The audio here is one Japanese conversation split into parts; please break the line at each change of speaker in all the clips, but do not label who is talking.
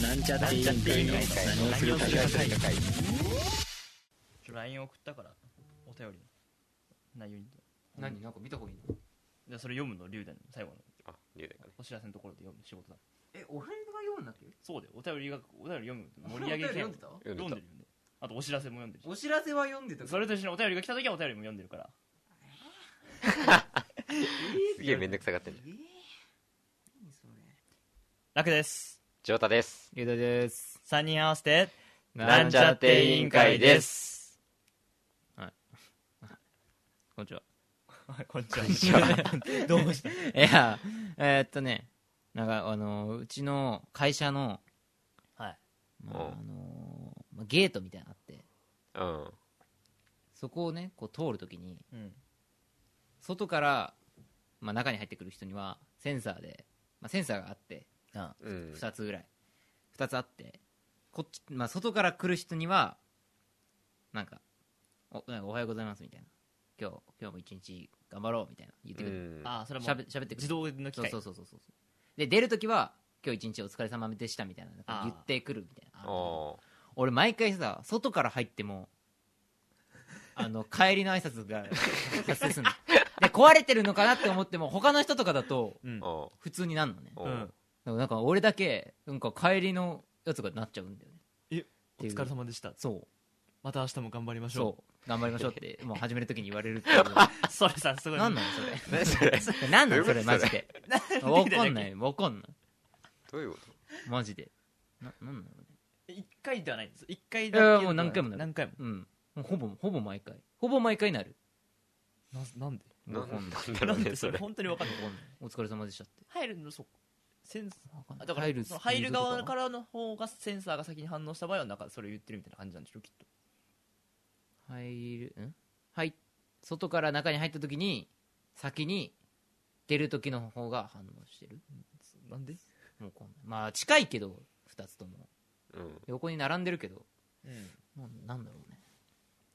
なんちゃって委員会の何をするか会
ちょ LINE 送ったからお便りの内容に
何なんか見た方がいいの
じゃあそれ読むの龍電の最後の
あ、龍大がね。
お知らせのところで読む仕事だ
え俺が読むんだっけ
そうでお便りがお便り読む盛り上げ
俺
系
お便り読ん
読ん
で
でる読んでるあとお知らせも読んでるし
お知らせは読んでた
それと一緒にお便りが来た時はお便りも読んでるから
すげえめんどくさがってんじゃん。
えー、何それ
楽です
ジョータです。
ゆうたです。
3人合わせて
なんちゃって委員会です
こんにちは。
はいこんにちはどうした
いや、えーっとね、なんか、あのー、うちの会社の、
はい
まあ、
う
あ
ん
のー、まあ、ゲートみたいなのあって、
うん。
そこをね、こう通るときに、
うん
外から、まあ、中に入ってくる人には、センサーで、まあ、センサーがあって、
うん。
2つぐらい。2つあって、こっち、まあ、外から来る人には、なんか、お、なんかおはようございますみたいな。今日、今日も一日頑張ろうみたいな言って
う
くる。
ん。
ああそれは
しゃべ
もう
喋ってくる
自動の機
そう
械
そうそうそうそうで出るときは今日一日お疲れ様でしたみたいななんか言ってくるみたいな
お
俺毎回さ外から入って もあの帰りの挨拶が 発生するので壊れてるのかなって思っても他の人とかだと
うん
ーお
普通になんのね
ー
う
おー
ん
でもなんか俺だけなんか帰りのやつがなっちゃうんだよね
お疲れ様でした
そ
また明日も頑張りま
う
しょ
そう頑張りましょう ってもう始めるときに言われるっていう
うそれさすごい
何なのそ
何それ
れ 何なのそ
どうい
れ
うこと
マジでわか
れ
んないわかんない
どういうこ
マジでななんなの
一回ではないんです一回
いやいやもう何回もなる
何回も
うん。もうほぼ、ほぼ毎回。ほぼ毎回なる。
ななんで
とな
わか
ん
んない
なんだ
な
ろうん
で
ね、そ
そ
れ
れ。本当に分かんない
お疲れ様でしたって。
入るのそうセンス
わかんな
あ
い
だから
入る。
その入る側かららの方がセンサーが先に反応した場合はなんかそれを言ってるみたいな感じなんでしょきっと
入る、んはい。外から中に入った時に、先に出る時の方が反応してる。
なんで
もうこんないまあ、近いけど、二つとも。
うん。
横に並んでるけど、
うん
なんなんだろうね。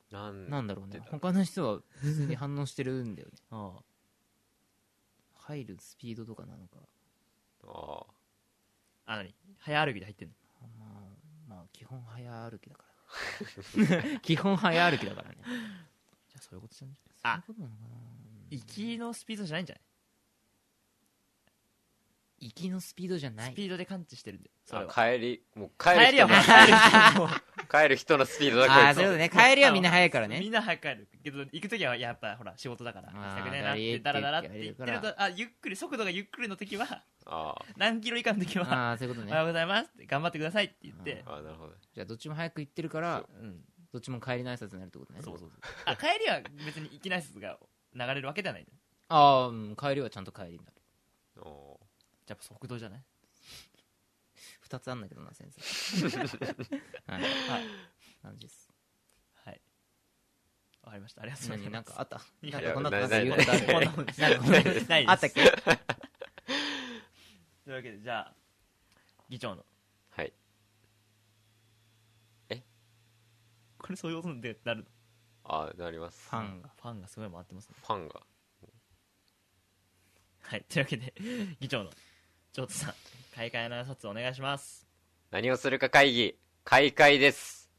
なん
なんだろう
出
ね
た。
他の人は普通に反応してるんだよね。
ああ
入るスピードとかなのか。
あ
あ何早歩きで入ってんの
まあ、まあ、基本早歩きだから、 ね。基本早歩きだからね。
じゃあそういうことじゃない
あ
あ、
そういうことなのかな
行きのスピードじゃないんじゃない
行きのスピードじゃない
スピードで感知してるんでそれ
ー
は
あ帰り、もう帰る
帰りは
人
もう帰る人
の
も
帰る人のスピードだ
あ
こ
あ
いつ
そういうことね帰りはみんな早いから
み
ね
んな早く帰るけど行く時はやっぱほら仕事だから
あー
行きたくねえなってダ
だ
ラ
ら
ダ
だ
ラって
り
言っ
ってて
るとあゆっくり速度がゆっくりの時は
あー
何キロ以下の時は
ああそういうこと
お
ね
はようございますって頑張ってくださいって言って
あー、なるほど。
じゃあどっちも早く行ってるから
うん
どっちも帰りの挨拶になるってことね
そうそうそうあ帰りは別に行きない説が流れるわけじゃないじ
ああ、うん、帰りはちゃんと帰りになる
お
ゃあ速度じゃない
2つあんだけどな先生 はい、はい、感じです
はいわかりましたありがとうござい
何
ま
なん
す
かあった
い
なん
や
かこんなこと
い
な
や
んか言うことある
ない
なんか
ない
こんなこと
ないです
あったっけ
というわけでじゃあ議長の
ーはい。
これそういうことでなるの
あーなります。
ファンが
ファンがすごい回ってますね
ファンが。
はいというわけで議長のちょっとさん開会の挨拶お願いします
何をするか会議、開会です。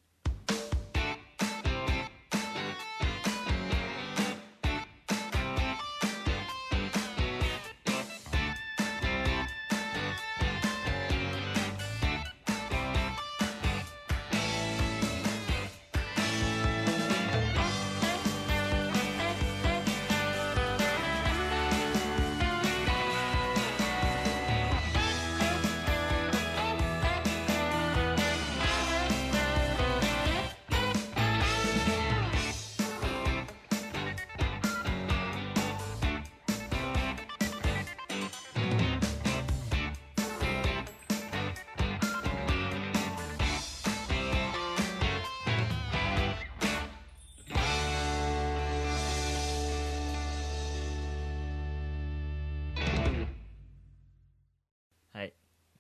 はい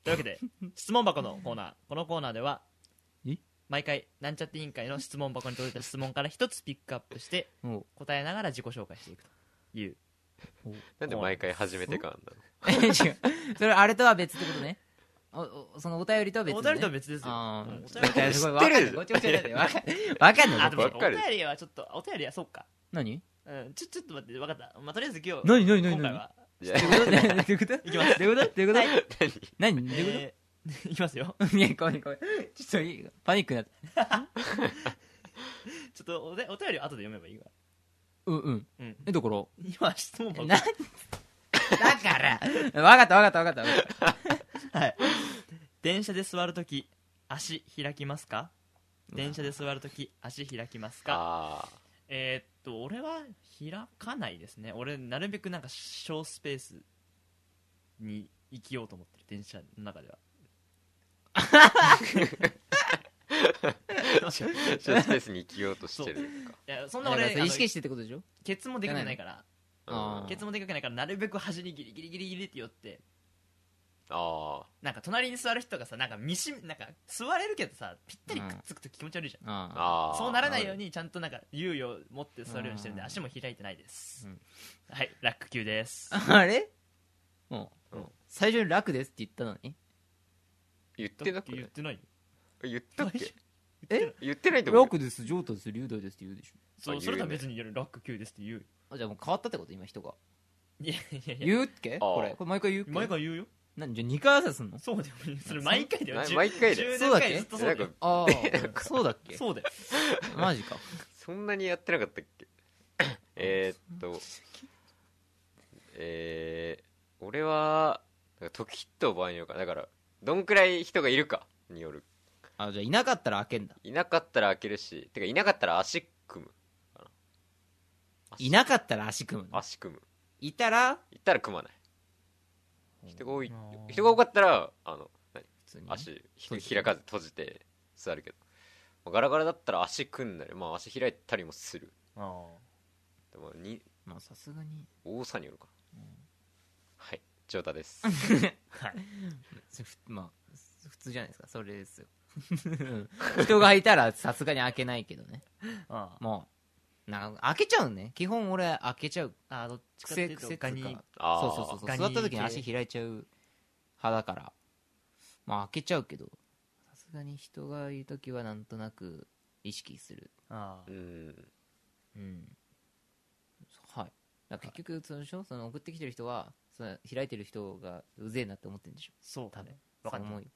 という わけで質問箱のコーナーこのコーナーでは
え
毎回なんちゃって委員会の質問箱に届いた質問から一つピックアップして
も
答えながら自己紹介していくという
なんで毎回始めてかんだろ
う違うそれあれとは別ってことねおおそのお便りとは別
お
に、ね、
便りとは別ですよ
あ
うん
ー
お便り
すごい
知ってる
わかんないごちゃごちゃだよわかんわかんない
あでも
ばっ
お
かり
便りはちょっとお便りはそっか
何
うんちょちょっと待って分かったまあとりあえず今日
何何何
今回は
じゃ
どういうこと どういうこと
いきます
どういうことどういうこと、
何
何 どういうこ
えー いきますよ
と、いやごめんごめんちょっといいパニックになった
ちょっとおでお便りは後で読めばいいわ
うんうん
うん
えだから
今質問箱
なだから分かった分かった分かった分かった
はい電車で座るとき足開きますか電車で座るとき足開きますか
あ
えーっと俺は開かないですね俺なるべくなんか小スペースに生きようと思ってる電車の 中ではどうしよう
あスペースに生きようとしてる
いやそん
だ
な
からそ
俺あ
れ
の
意識してってことでしょ
ケツもでかくないから
あ
あ
ー
ケツもでかくないからなるべく端にギリギリギリギリって寄って
あ
なんか隣に座る人がさなんか見しなんか座れるけどさぴったりくっつくと気持ち悪いじゃん、
ー
あ
あー
そうならないようにちゃんとなんか猶予を持って座るようにしてるんで
うん
足も開いてないです、
うん
はいラック級です
ああれもう、
うん
最初に楽ですって言ったのに
言ってなくな
言っ
い
てない
言ったっけ
え
言ってないと思う
楽です上達する雄大ですって言うでし
そ
あ
うそれとは
言うね
別にやるラック級ですって言うよ
ょあじゃあもう変わったってこと今人が
いやいやいや
言うっけ
あー
これこれ毎回言うっけ
前から言うよ
何じゃあ2回挨拶すんの
そうだよそれ毎回だよ
な
10
毎回だよ
10
そうだっけ
回ずっとそうだ
な
よ
んか
ああそうだっけ
そうだよ
マジか
そんなにやってなかったっけえーっとえー、俺はなんか時と場合によるかだからどんくらい人がいるかによる
あじゃあいなかったら開けんだ
いなかったら開けるしてかいなかったら足組むかない
なかったら足組むの
足組む
いたら
行ったら組まない人が多い
あー
人が多かったらあの何
普通にね
足ひ
閉じて
開かず閉じて座るけど、まあガラガラだったら足組んだり、まあ、足開いたりもする
あ
でもに
まあさすがに
多さによるかな、はいジョータです
それふまあふ普通じゃないですかそれですよ 人がいたらさすがに開けないけどね
あ
もうなんか開けちゃうね基本俺開けちゃう
あーどっちかっていうと
癖癖
ガ
って
ニ
いうか
あ
そ
あ
うそうそうそ
ガ
う
ニ
座った時
系
に足開いちゃう派だからまあ開けちゃうけどさすがに人がいる時はなんとなく意識する
あー
うん
うんはいだから結局そのでしょその送ってきてる人はその開いてる人がうぜえなって思ってるんでしょ
そう
多分
分か
そう
っ
思
た
うよ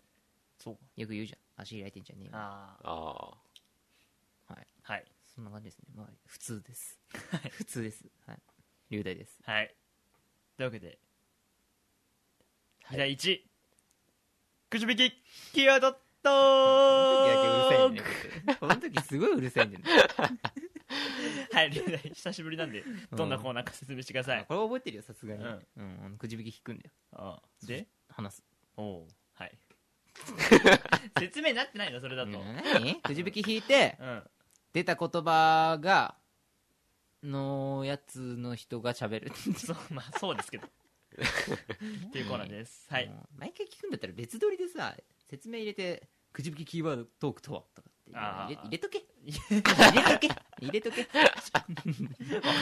そう
よく言うじゃん足開いてんじゃねえよ
ああ
ああ
はい
そんな感じですねまあ普通です普通ですはい龍大です
はいというわけで
はい
第1くじ引きキーワードト
や
ーク
この時すごいうるさいんだよね
はい龍大久しぶりなんでどんなコーナーか説明してください
これ覚えてるよさすがに
う
うんんうんくじ引き引くんだよ
あーで
話す
おおはい 説明になってないのそれだとうん
何くじ引き引いて出た言葉がのやつの人が喋る
そうまあそうですけどっていうコーナーですはい
もう毎回聞くんだったら別撮りでさ説明入れてくじ引きキーワードトークとはとかって
あ
入
ー
れ入れと け
い
入れとけ入れとけ
わか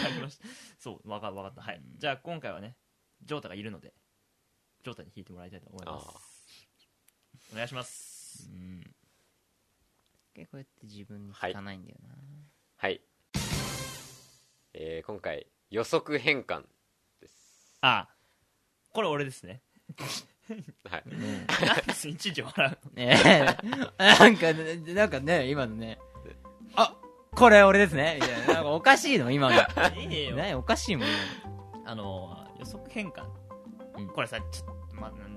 りましたそうわかわかったはいじゃあ今回はねジョータがいるのでジョータに弾いてもらいたいと思います
あ
お願いします
うん一回こうやって自分に聞かないんだよな、
はい、えー、今回予測変換です
あこれ俺ですね
はい
ね
なんでいちいち笑う
えねえ なんかねなんかね今のねあこれ俺ですねみたいななんかおかしいの今の
のいいよ
ねおかしいもん今の
あのー予測変換、
うん
これさちょっとまあね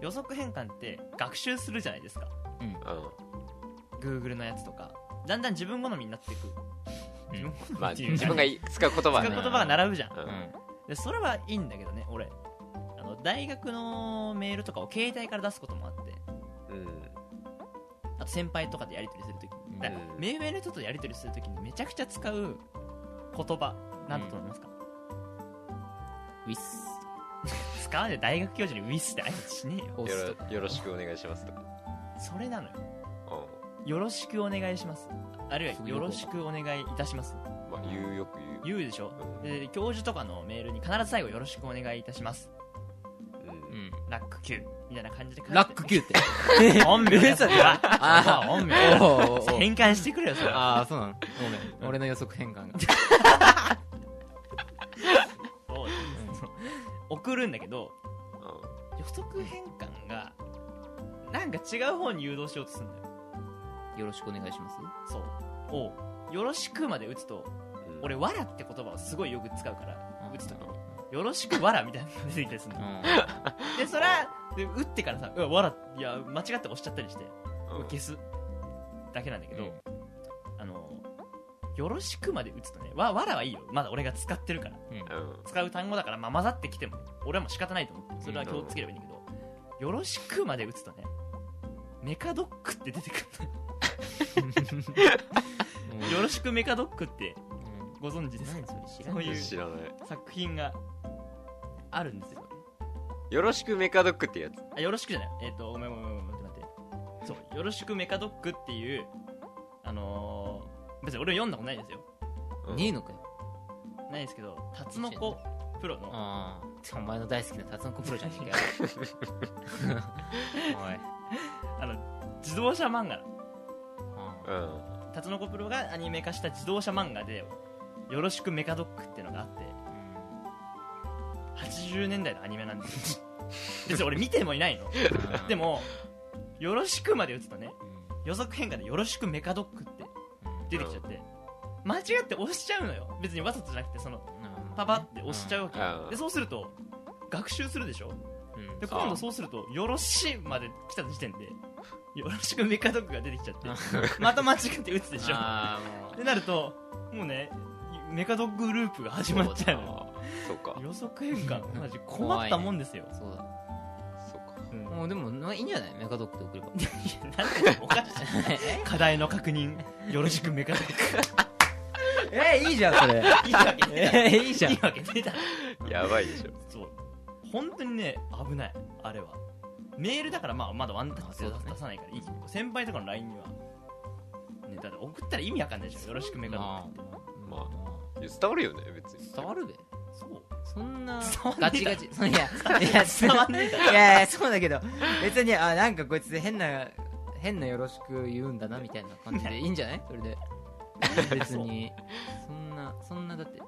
予測変換って学習するじゃないですか
う
Google のやつとかだんだん自分好みになっていく自分好
んま
み
あ
っていう
自分がい使う言葉は
使
ね
う言葉が並ぶじゃん
うん
うん
でそれはいいんだけどね俺あの大学のメールとかを携帯から出すこともあって
うん
あと先輩とかでやり取りするときにだから
うん
目上の人とやり取りするときにめちゃくちゃ使う言葉なんだと思いますか、
ウィス
使わねえ大学教授にウィスって挨拶しねえよ
ホース
よ
と
ろよろしくお願いしますとか
それなのよ
う
よろしくお願いしますあるい
そ
は
ういう
よ
こと
ろしくお願いいたします
んまあ言うよく言
言
う
うでしょで教授とかのメールに必ず最後よろしくお願いいたします
うん
うん
ラック Q みたいな感じで書いて
ラック Q って。
本名ですよ
あ
本名
おうおうおう
変換してくれよそれ
ああ、そうなのごめん。俺の予測変換が。
そう送るんだけど
うん
予測変換がなんか違う方に誘導しようとするんだよ
よろしくお願いします。
そうおうよろしくまで打つと
うん
俺「わら」って言葉をすごいよく使うから
うん
打つときに「よろしくわら」みたいなのが出てきたりする
う
の
ん。
でそれはで打ってからさ「うわわら」いや間違って押しちゃったりして
うん
消すだけなんだけど、
うん
あのよろしくまで打つとねわわらはいいよまだ俺が使ってるから
うん
使う単語だから、まあ、混ざってきても俺はもう仕方ないと思ってそれは気をつければいいんだけど、よろしくまで打つとねメカドックって出てくるのよろしくメカドックってご存知ですか
何それ知らな
そう
い。
いう
知らない
作品があるんですよ
よろしくメカドックってやつ
あよろしくじゃないえっ、とごめんごめんごめんごめん待って待ってそうよろしくメカドックっていうあのー別に俺読んだことないですよ
うん
ねえのかよ。
ないですけどタツノコプロの
ああ。お前の大好きなタツノコプロじゃねえかよ。
あの自動車漫画
お
う
い。
ん
タツノコプロがアニメ化した自動車漫画で「よろしくメカドック」っていうのがあって80年代のアニメなんですよ別に俺見てもいないの で
も、
も「よろしく」まで打つとね
うん
予測変化で「よろしくメカドック」って
うん
出てきちゃって間違って押しちゃうのよ別にわざとじゃなくてその
うん
パパって押しちゃうわけ
うんうん
でそうすると学習するでしょ
うん
で今度そうすると「よろしい」まで来た時点で「よろしくメカドック」が出てきちゃって
あ
また間違って打つでしょ
ああも
ってなるともうねメカドッグループが始まっちゃうの
あーそうか
予測変換マジ困ったもんですよ、
うそうだ
そうか
うん
もうでもないいんじゃないメカドックで送れば
なんでおかしい課題の確認よろしくメカドッ
え いいじゃんそれ
グいいわけね
えいいじ
え
ゃん
だいいわけねえだろ
やばいでしょ
そう本当にね危ないあれはメールだからまあまだワンタッチで
あそうだね
出さないからいいけど、先輩とかの LINE には、ね、だって送ったら意味わかんないじゃんよろしくメカドッグって
まいや伝わるよね別に
伝わるべ
そう
そんな
伝わんねえだろ
ガチガチそんいやいや
伝わんねえだろ
いやいやそうだけど別にあなんかこいつ変な変なよろしく言うんだなみたいな感じでいいんじゃないそれで別にそんなそんなだって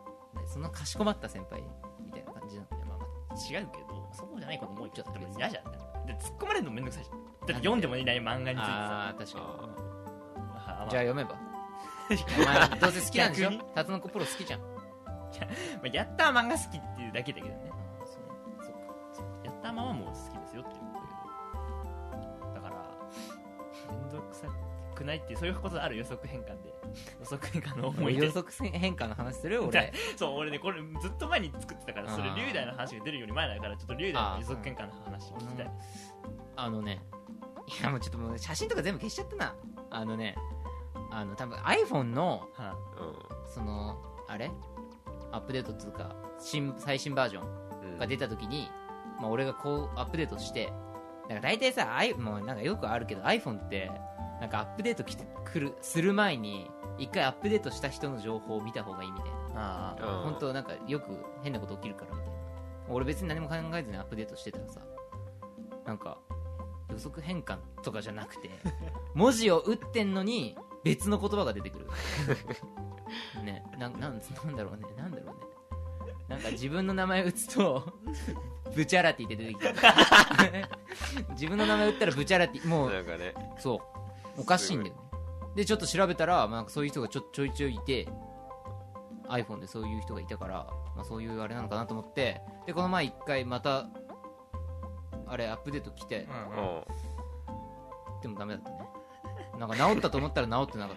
そんなかしこまった先輩みたいな感じなの
いやまあまあ違うけどそうじゃないこともうち
ち
ょ
ょっ
っ
と
とでも嫌じゃんで突っ込まれるのめんどくさいじゃんだって読んでもいない漫画について
あ
さ
あ確
あ
か
ー
あ
にじゃあ
あ
読めば お
まあ
前どうせ好きなんでしょ
逆に
タツノコプロ好きじゃん
まあやったー漫画好きっていうだけだけどねやったーままもう好きですよっていうことだけどだからめんどくさくないっていうそういうことある予測変換で予測変換の思い
予
出
測変化の話する
だ
俺
そう俺ねこれずっと前に作ってたからそれ
あー
龍大の話が出るより前だからちょっと龍大の予測変換の話聞きたい
あのねいやもうちょっともう写真とか全部消しちゃったなあのねあの多分 iPhone の
は
そのあれアップデートっていうか新最新バージョン
うん
が出た時に、まあ、俺がこうアップデートしてなんか大体さ、I、もうなんかよくあるけど iPhone ってなんかアップデートきてくるする前に一回アップデートした人の情報を見た方がいいみたいな
あ
うん
本当なんかよく変なこと起きるからみたいな俺別に何も考えずにアップデートしてたらさなんか予測変換とかじゃなくて文字を打ってんのに別の言葉が出てくるねなんなんなんだろうねなんだろうねなんか自分の名前打つとブチャラティって出てきた自分の名前打ったらブチャラティもう
なんかね
そうおかしいんだよねでちょっと調べたら、まあ、そういう人がちょちょいちょいいて iPhone でそういう人がいたから、まあ、そういうあれなのかなと思ってでこの前一回またあれアップデート来て
あ、うん
う
うんん
でもダメだったねなんか治ったと思ったら治ってなかっ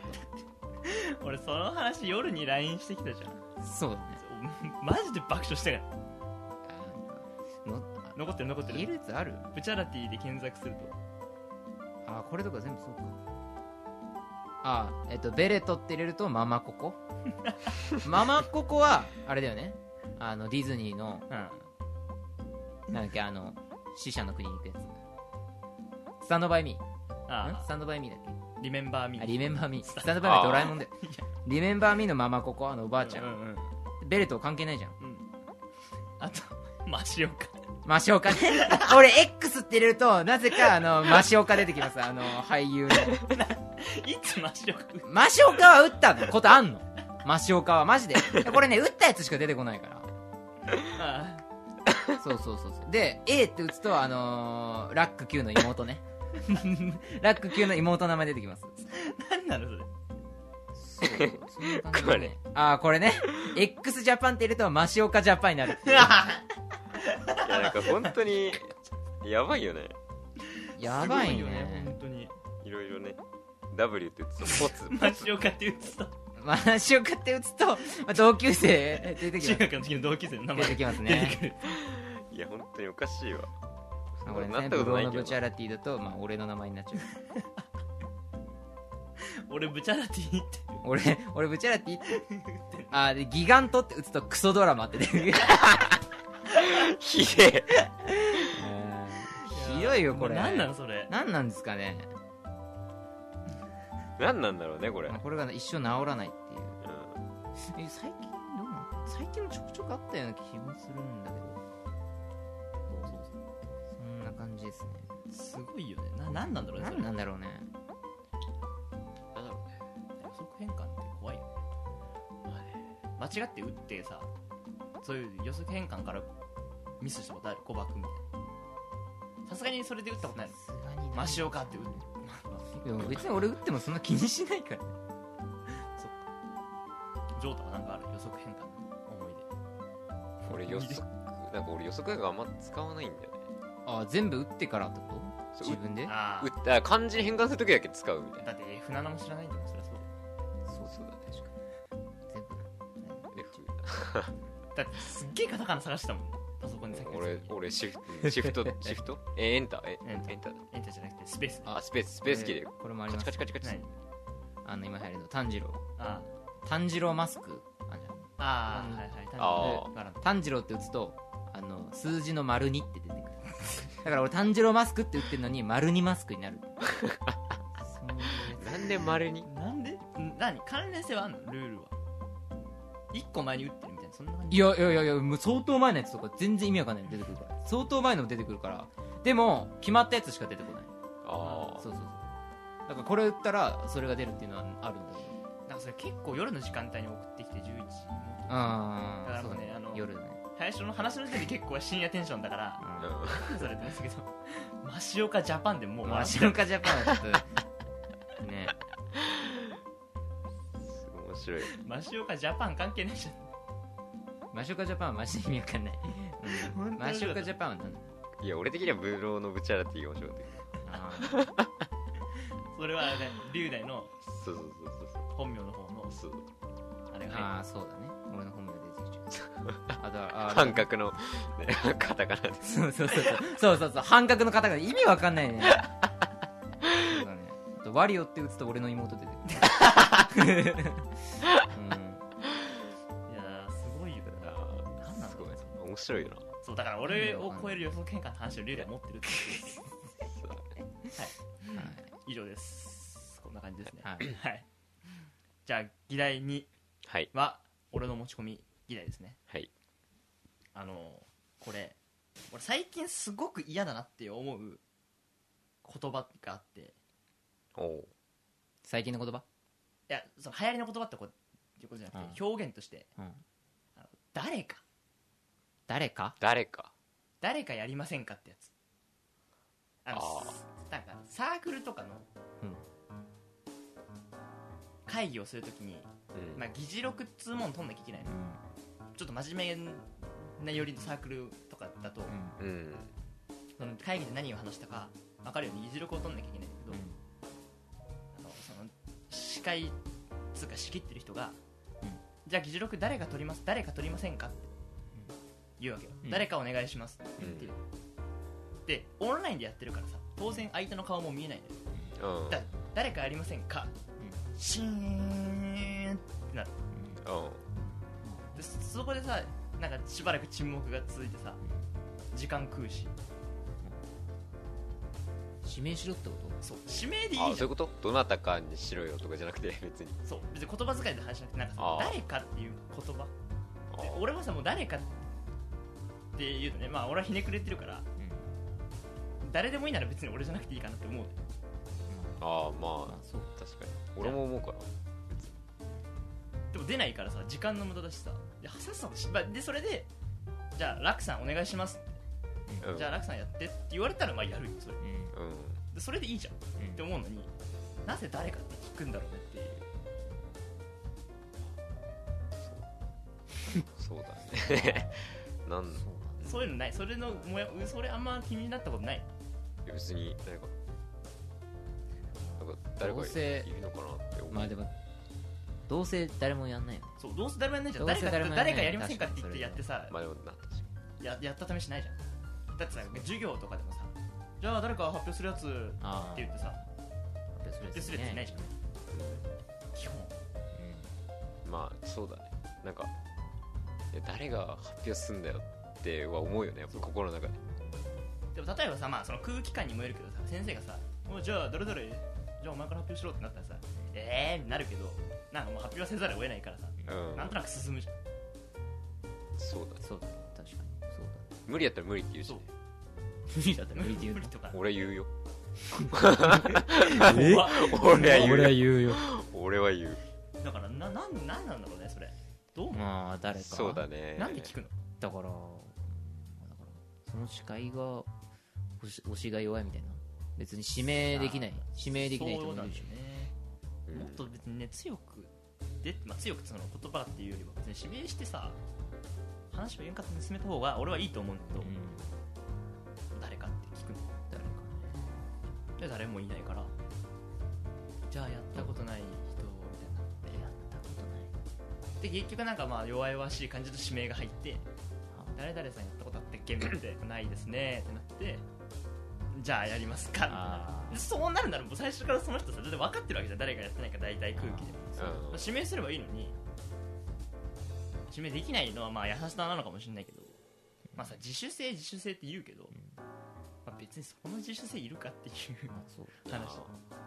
俺その話夜に LINE してきたじゃ
た
ん
そうだね
マジで爆笑したから
あなんかの
残ってる残って
言え
る
るやつある
ブチャラティで検索すると
あこれとか全部そうかあえっとベレトって入れるとママコ コママココはあれだよねあのディズニーの
うん
なんだっけあの死者の国に行くやつスタンドバイミーん
あ
スタンドバイミーだっけ
リメンバーミ
あ
ー
リメンバーミースタンドバイミードラえもんだよリメンバーミーのママここあのおばあちゃん、
うんうん
ベレト関係ないじゃん
あとマシオカ
マシオカね俺 X って入れるとなぜかあのマシオカ出てきますあの俳優の
いつマシオカ
マシオカは打ったのことあんのマシオカはマジでこれね打ったやつしか出てこないから
あ
そうそうそうそうで A って打つとあのーラック Q の妹ね ラック Q の妹の名前出てきます
ー何なのそれ
そうそんな感じで
これ
ああこれね x ジャパンって入れるとマシオカジャパンになるっていう
いやなんか本当にやばいよね
やばい
すご
ね
本当に
いろいろね W って言ってた ポツ
マシオカって打つと
マシオカって打つとまあ同級生出てき
中
ま
学の時の同級生の名
す出
前
てきます
出て
ね
くる
いや本当におかしいわそん
こ
な
れ
ことな
ね
ったこ
ブド
と
ウ
ない
の
け
ブ
ど
チャラティだと、まあ、俺の名前になっちゃう
俺ブチャラティって
俺俺ブチャラティってあーでギガントって打つとクソドラマって出てくる
ひでえ
ひどいよこれ
何なのそれ
何なんですかね
何なんだろうねこれ、うん
まあ、これが一生治らないっていうえ最近どうなの最近もちょくちょくあったような気もするんだけどそんな感じですね
すごいよねな何なんだろうねそれ
何なんだろうね
なんだろうね
予測変換って怖いよね間違って打ってさそういう予測変換からミスしたことある誤爆みたいなさすがにそれで打ったことない
さすがに
マシオカって打って
でも別に俺打ってもそんな気にしないから
ジョータはなんかある予測変換の思い
俺予測なんか俺予測なんかあんま使わないんだよね
ああ全部打ってからってこと
そう
自分で
出あ
うあ漢字に変換するときだけ使うみたい
あ
な
だって F7 も知らないんだもんそりゃそうだよ
そうそうだね確か
全部
に F
だってすっげえカタカナ探してたもんパソコンでさっきの
俺
やつ
俺シフトシフ トシフトえエンターえ
エンター
エンターだ
エンタじゃなくてスペース
あスペーススペースキーで
これこれもあり
カ
ま
チ
す
カチカチカチ
何
あの今流行りの炭治郎
あ
炭治郎マスクあんじゃん
ああ
うん
あはいはい
あ
単純
炭治郎って打つとあの数字の丸2って出てく るだから俺炭治郎マスクって打ってるのに丸2マスクになるそういうや
なんで丸に
になんでん何関連性はあんのルールは1個前に打ってるみたいなそんな感
つ
じ
いやいやいやいやもう相当前のやつとか全然意味わかんないの出てくるから相当前のも出てくるからでも決まったやつしか出てこない
あ
そうそうそうだからこれ打ったらそれが出るっていうのはあるんだけど
なんかそれ結構夜の時間帯に送ってきて11の
あ
だ
あ
から
そう
ねあの
夜ね、
最初の話の時点で結構深夜テンションだから
う、
うんん
それってですけど マシオカジャパンでもう
まあ
笑っちゃ
瞬
う
間ジャパンはちょっと ね
すごい面白い
マシオカジャパン関係ないじゃん
マシュカジャパンはマジで意味わかんない、うん
本当
マ
に
シ
そう
ュ
だ
カジャパンは何だ
いや俺的にはブローのブチャラって言いましょうって
あ
それはあれだよ龍大の
そうそうそうそう
本名の方の
そうそう
あれ
ー
が
あ
入
ーそうだね俺の本名出てきちゃうあとはあー
感覚の、ね、カタカナで
そうそうそうそうそうそうそう半角の方が意味わかんないねそうだねあとワリオって打つと俺の妹出てくる、うん
ってるいやーすごいよ
あ
なんな
ー
の
すごい面白いよな
そうだから俺を超える予測変換の話を龍大持ってるっていう
は
以上ですこんな感じですね、
はい
じゃあ議題2
はい
は俺の持ち込み議題ですね
はい
あのこれ俺最近すごく嫌だなって思う言葉があってい
おお
最近の言葉
やその流行りの言葉ってこういうことじゃなくて、表現として、
うん
あの誰か
誰か
誰か
誰かやりませんかってやつあの
あ
なんかサークルとかの
うん
会議をするときに、
うん
まあ、議事録っつうもん取んなきゃいけないのちょっと真面目な寄りのサークルとかだと、
う
うん
その会議で何を話したか分かるように議事録を取んなきゃいけないんだけど、
ん
あのその司会つうか仕切ってる人が、
うん
じゃあ議事録誰が取ります誰か取りませんかって言うわけよ、
うん
誰かお願いしますって言ってる、でオンラインでやってるからさ当然相手の顔も見えないのよ
うん
だ誰かありませんか、シーンってなる
うん
でそそこでさなんかしばらく沈黙が続いてさ時間食うし
指名しろってこと
そう指名でいいじゃ
あ
ん
そういうことどなたかにしろよとかじゃなくて別に
そう別に言葉遣いで話しなくてなんかさ
あー
誰かっていう言葉
あ
で
ー
俺もさもう誰かっていうとねまあ俺はひねくれてるから
うんま
誰でもいいなら別に俺じゃなくていいかなって思う
ああ
あま
ま
あそう
あ確かに俺も思うから
でも出ないからさ時間の無駄だしさでさっさとし、まあ、でそれでじゃあ楽さんお願いします
うん
じゃあ楽さんやってって言われたらまあやるよそれ
うん
うん
でそれでいいじゃんっ
うん
て思うのになぜ誰かって聞くんだろうねっていう
そうだねな
そうな
んい
んだ
そういうのないそれのもやそれあんま気になったことない
や別に誰かなんか誰か
どうせ
いるのかなって思う、
まあでもどうせ誰もやんないよね
そうどうせ誰もやんないじゃん
どう
誰
せ
か
誰もやんない
誰かやりませんかって言ってやってさ
まあでもな確かに
ややったためしないじゃんだってさ授業とかでもさじゃあ誰か発表するやつって
ああ
言ってさ
発
発表
表
す
す
る
る
や
や
つ
つ
いな
ね
いじゃん基本
まあそうだねなんかいや誰が発表すんだよっては思うよねやっぱ心の中で
でも例えばさ、まあ、その空気感にもよるけどさ先生がさ「おいじゃあどれどれじゃあお前から発表しろ」ってなったらさ「えー」になるけどなんかもう発表せざるを得ないからさ
うん
なんとなく進むじゃん
そうだね
そうだね確かにそうだね
無理やったら無理って言うしね
無理だ ったら無理って言う
無
の
理とか
俺言うよ
怖っ
俺は言うよ
言うよ
俺は言う
だからななんなんなんだろうねそれどう思う
まあ誰か
そうだね
なんで聞くの
だからだからその司会が推し推しが弱いみたいな別に指名できない指名できない人
そう
もい
なん
る
だ
し
よね
うん
もっと別にね強くで、まあ、強くその言葉っていうよりは別に指名してさ話を円滑に進めた方が俺はいいと思うんだけど、
うん
誰かって聞くの
誰かね
で誰もいないからじゃあやったことない人みたいになってやったことないで結局なんかまあ弱々しい感じの指名が入って
は
誰々さんやったことあってっけみたいな ってないですねってなってじゃあやりますかってな
あ
るでそうなるならもう最初からその人さ全然分かってるわけじゃん誰がやってないか大体空気で
うん
指名すればいいのに指名できないのはまあ優しさなのかもしれないけどまあさ自主性自主性って言うけど、
ん
まあ、別にそこの自主性いるかっていう
まあそう
話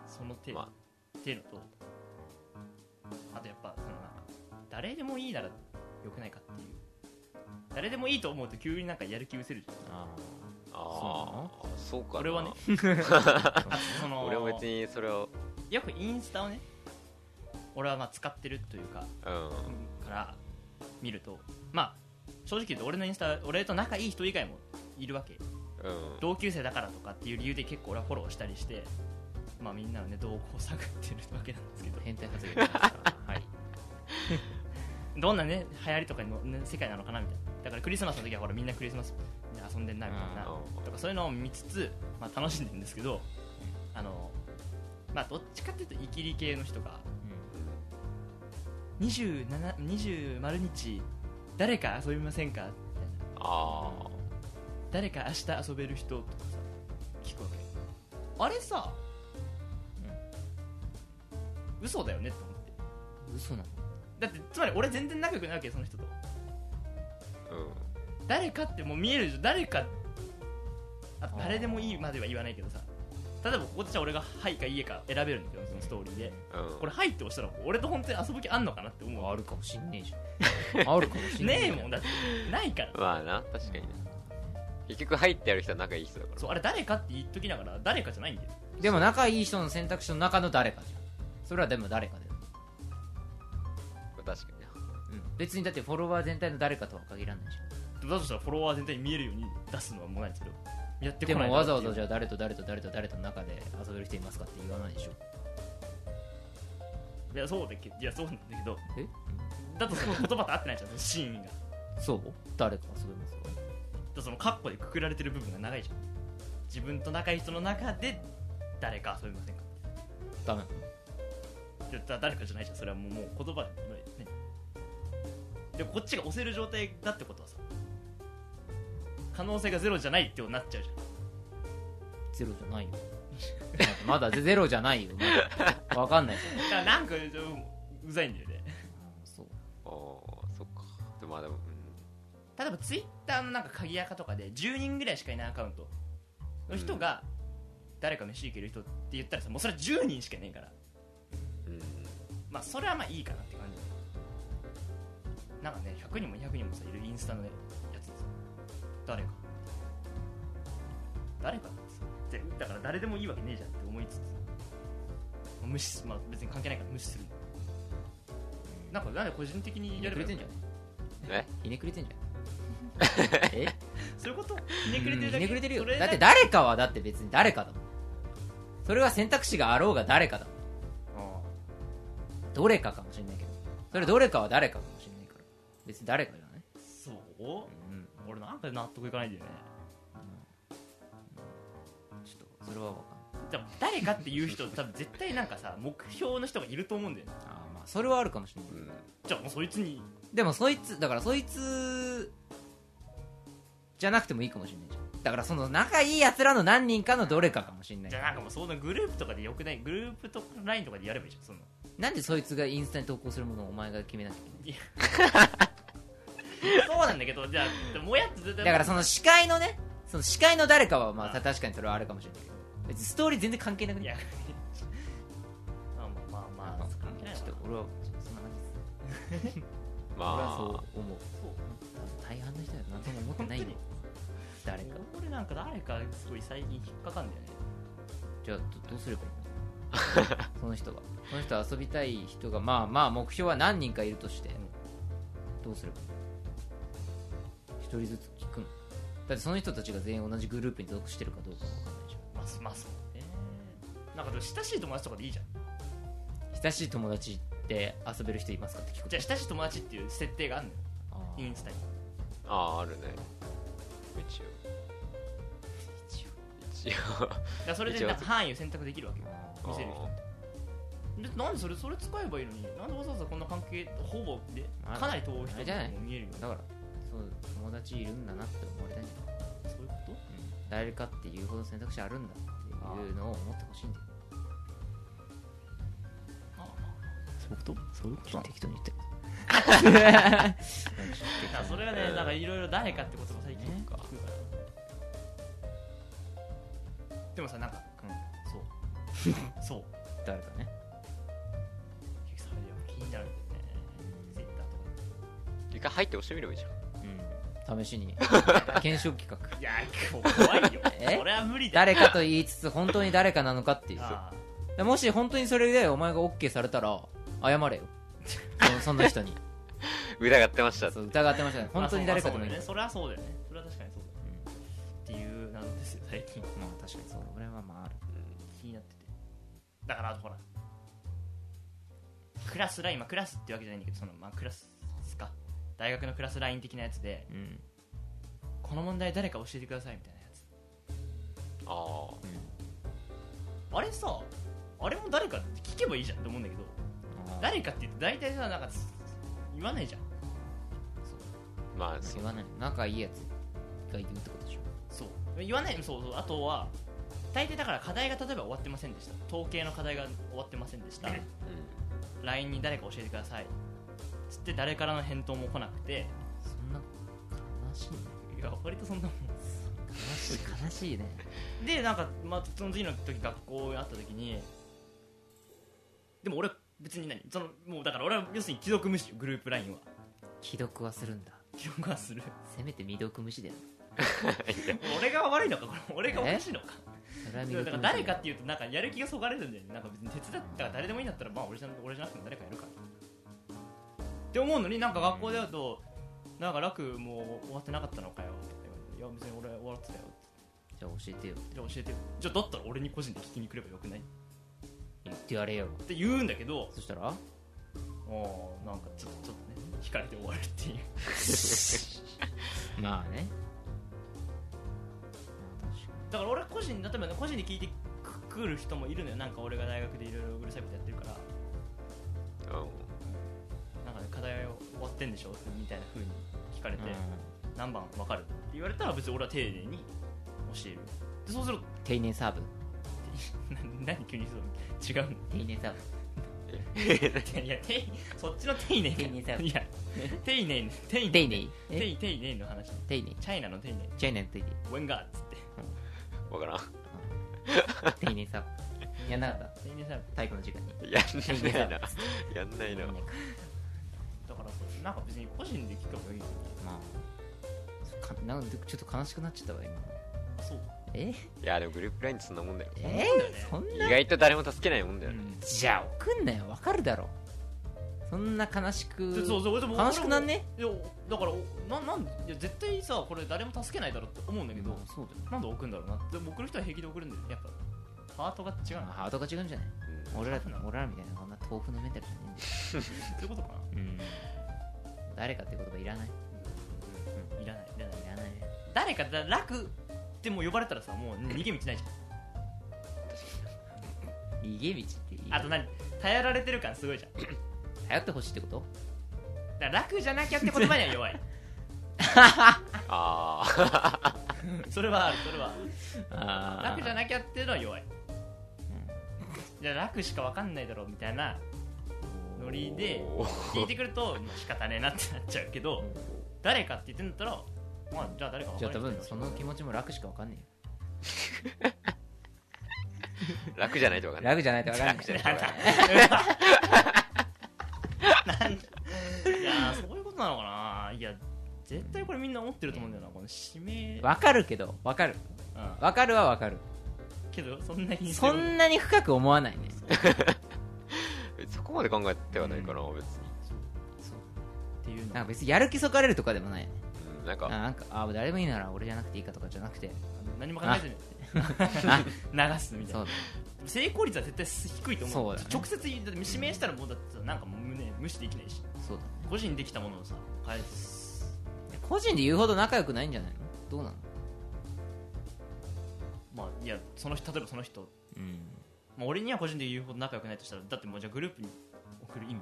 その手、
ま
っていうのとあとやっぱそのなんか誰でもいいならよくないかっていう誰でもいいと思うと急になんかやる気失せるじ
あ
ゃ
ああーそうかな
俺はねんその
俺は別にそれを
よくインスタをね俺はまあ使ってるというか
うん
から見るとまあ正直言うと俺のインスタ俺と仲いい人以外もいるわけ
うん
同級生だからとかっていう理由で結構俺はフォローしたりしてまあみんなのね動向を探ってるわけなんですけど
変 態発言だからはい
どんなね流行りとかの、ね、世界なのかなみたいなだからクリスマスの時はほらみんなクリスマスで遊んでんなみたいな
うん
とかそういうのを見つつ、まあ、楽しんでるんですけどあのまあどっちかっていうとイキリ系の人が27 20丸日誰か遊びませんかみたいな
あ
誰か明日遊べる人とかさ聞くわけあれさ、嘘だよねって思って
うん嘘なの
だってつまり俺全然仲良くないわけよその人と
あう
誰かってもう見えるでしょ誰かあ
ー
誰でもいいまでは言わないけどさ例えばここでじゃあ俺が「はい」か「いいえ」か選べるんだけどそのストーリーで
んうん
俺「はい」って押したら俺と本当に遊ぶ気あんのかなって思う
あるかもしんねえじゃんあるかもしん
ね
ねえ
えもんだってないから
まあな確かにね結局入ってやる人は仲いい人だから
そうあれ誰かって言っときながら誰かじゃないんだよ
でも仲いい人の選択肢の中の誰かじゃんそれはでも誰かだよ、
確かにな
うん、別にだってフォロワー全体の誰かとは限らないじゃ
でもだとしたらフォロワー全体に見えるように出すのはもうないですけどやって
んで
こない
もわざわざ
ゃ
じゃあ誰と誰と誰と誰との中で遊べる人いますかって言わないでしょ
いやそうだけいやそうなんだけど
え
だとその言葉と合ってないじゃんそのシーンがだ
そう誰と遊べますか
とそのカッコでくくられてる部分が長いじゃん自分と仲いい人の中で誰か遊びませんか
ダメなの
でだ誰かじゃないじゃんそれはもうもう言葉でねでこっちが押せる状態だってことはさ可能性がゼロじゃないってなっちゃうじゃん
ゼロじゃないよまだゼロじゃないよまだわかんないじゃん
だからなんかうざいんだよね
そう
ああそっかでもまあでもうん
例えばツイッターのなんか鍵垢とかで10人ぐらいしかいないアカウントの人が誰か飯行ける人って言ったらさもうそれは10人しかいないから
うん
まあそれはまあいいかなって感じなんかね100人も200人もさいるインスタのやつでさ誰か誰かってだから誰でもいいわけねえじゃんって思いつつ無視すまあ別に関係ないから無視するなんかなんで個人的に
ひね
やれ
く
ば
れ
い
て
い
んじゃん
え
ひねくれてんじゃんえ
そういうことひね
う
くれてる
ん
だ
ひ
け
ねくれてるよ
それ
だ
だ
っ
け
て誰かはだって別に誰かだもんそれは選択肢があろうが誰かだもん
あ
どれかかもしれないけどそれどれかは誰かかもしれないから別に誰かじゃない
あそう
うん
俺なんか納得いかないんだよね
ちょっとそれは分かんない
でも誰かっていう人多分絶対なんかさ目標の人がいると思うんだよね
あーまあそれはあるかもしれない
うん
じゃあもうそいつに
でもそいつだからそいつじゃなくてもいいかもしれないじゃんだからその仲いいやつらの何人かのどれかかもしれない
じゃあなんかもうそんなグループとかでよくないグループとか LINE とかでやればいいじゃんそんな
なんでそいつがインスタに投稿するものをお前が決めなきゃいけない
そうなんだけどじゃあでももやっと絶対
だからその司会のねその司会の誰かはまあ確かにそれはあるかもしれないけど別にストーリー全然関係なく
い
ね
やまあまあまあまあ関係ないわ
ちょっと俺はそんな感じです俺は
ま
そう思う
そう
大半の人は何とも思ってないよ
本
誰か
俺なんか誰かすごい最近引っかかんだよね
じゃあどどうすればいいのその人がその人遊びたい人がまあまあ目標は何人かいるとして、どうすればいいの一人ずつ聞くのだってその人たちが全員同じグループに属してるかどうかわかんないじ
まあまあそうねなんかでも親しい友達とかでいいじゃん
ゃん親しい友達で遊べる人いますかって聞く
じゃあ親しい友達っていう設定があるのよ
あー
インスタに
ああああるね一応一応
だからそれでなんか範囲を選択できるわけよ見せる人でなんでそれそれ使えばいいのになんでわざわざこんな関係ほぼで
あ
かなり遠い
あれ
人
じゃない
も見えるよね
だからそう友達いるんだなって思われたいんだよ、
そういうこと
誰かっていうほど選択肢あるんだっていうのを思ってほしいんだよ
そういうことそういうこ
適当に言 って
だからそれがねなんかいろいろ誰かってことも最近聞くからでもさなんかそうそう
誰かね
結局それで気になるんだよねツイッターとか
一回入って押してみればいいじゃん
うん試しに検証企画
いや もう怖いよ
え
それは無理だ
誰
よ
かと言いつつ本当に誰かなのかっていう
あ
でもし本当にそれでお前が OK されたら謝れよそそんな人 に
疑ってました
そう疑ってましたね
ー
本当に誰かで
ま
も
あ
いい
そうだ
ま
よねそれはそうだよねそれは確かにそうだよねっていうなんですよ最近
あ確かにそう俺はまあある
気になっててだからあとほらクラスラインまあクラスってわけじゃないんだけどそのまあクラスか大学のクラスライン的なやつで
うん、うん
この問題誰か教えてくださいみたいなやつ
あ
あれさあれも誰かって聞けばいいじゃんって思うんだけど
あー
誰かって言って大体さなんか言わないじゃん
あまあそう
言わない仲いいやつがいるってことでしょ
そう言わないそうそうあとは大体だから課題が例えば終わってませんでした統計の課題が終わってませんでした LINE に誰か教えてくださいつって誰からの返答も来なくて
そんな悲しいね
いや割とそんなもん
悲しい悲しいね
でなんか、まあ、その次の時学校に会った時にでも俺別に何そのもうだから俺は要するに既読無視よグループ LINE は
既読はするんだ
既読はする
せめて未読無視だよ
俺が悪いのかこれ俺がおかしいのか
それは
だ
未読
から
無視
誰かっていうとなんかやる気がそがれるんだよねなんか別に手伝ったら誰でもいいんだったらまあ俺じゃ俺じゃなくても誰かやるからって思うのになんか学校で会うと「なんか楽もう終わってなかったのかよ」とか言われて「いや別に俺終わってたよ」
じゃあ教えてよ
じゃあ教えてよじゃあだったら俺に個人で聞きに来ればよくない?」っ
言ってやれよ
て言うんだけど
そしたら
もうなんかちょっとちょっとね引かれて終わるっていう
まあね
だから俺個人例えばね個人で聞いてくる人もいるのよなんか俺が大学でいろいろうるさいことやってるから
うんうん
なんかね課題終わってんでしょみたいな風に聞かれ
確
て、
かに、うん、
何番分かるって言われたら別に俺は丁寧に教えるでそうすると
丁寧サーブ
な何急にそう違 うの
丁寧サーブ
いや丁そっちの丁寧
丁寧だよ
いや丁寧の丁寧
丁寧
丁
え
寧丁寧の話
丁寧
チャイナの丁寧
チャイナの丁寧
ウェンガーっつって
分からん
丁寧サーブ やんなかった
丁寧さ
体育の時間に
や
丁寧
ん
サ
ない
ーブ
なやんないな
丁寧か
だからそうなんか別に個人で聞けばいいのに
まあそかなんかちょっと悲しくなっちゃったわ今
あそう
え
いやでもグループラインってそんなもんだよ
えそん
意
な
外と誰も助けないもんだよね、
じゃあ送んなよわかるだろそんな悲しく
でそうそうでも
悲しくなんね
いやだからおななんいや絶対さこれ誰も助けないだろうって思うんだけど、
うんそうだよ
なんで送るんだろうなでも送る人は平気で送るんだよやっぱハートが違う
まあ
な
ハートが違うんじゃない
うん
俺ら俺らみたいなこんな豆腐のメンタルじゃねえんだよ
そういうことか
うん誰かって言葉いらない
ないらないいらない
いらない
誰かだ楽ってもう呼ばれたらさも う逃げ道ないじ
逃げ道っていい
ゃんあと何頼られてる感すごいじゃんだか
頼ってほしいってこと
ら楽じゃなきゃって言葉に は弱い
ああ
それはあるそれはある
あ
楽じゃ
ない
なきゃっていうのは弱いじゃあ楽しか分かんないだろうみたいなノリで
おー
聞いてくるとまあ仕方ねえなってなっちゃうけど誰かって言ってんだったらまあじゃあ誰か分
じ
か
ゃあ
ん
多
ない
分その気持ちも楽しかわかんね
楽じゃないとわ
え
か
よ楽
んない
じゃないとわかんない
楽じゃないとわかんない
いやーそういうことなのかないや絶対これみんな思ってると思うんだよなこの指名
わかるけどわかる
うん
わかるはわかる
けどそんなに
そんなに深く思わないね
そこまで考えてはないかな、別に、
っていうの
なんか別にやる気そかれるとかでもない
うん、なん
あ
か
なんかあ誰もいいなら俺じゃなくていいかとかじゃなくて
何も考えずに
あ
流すみたい
そ
な
う
成功率は絶対低いと思
そ
う
うだね
直接言うだって指名したらもうだってなんかもう胸無視できないし
だそうだ
個人できたものをさ返す
個人で言うほど仲良くないんじゃないのどうなの
まあいやその人例えばその人、
うん
まあ、俺には個人で言うほど仲良くないとしたらだってもうじゃあグループに送る意味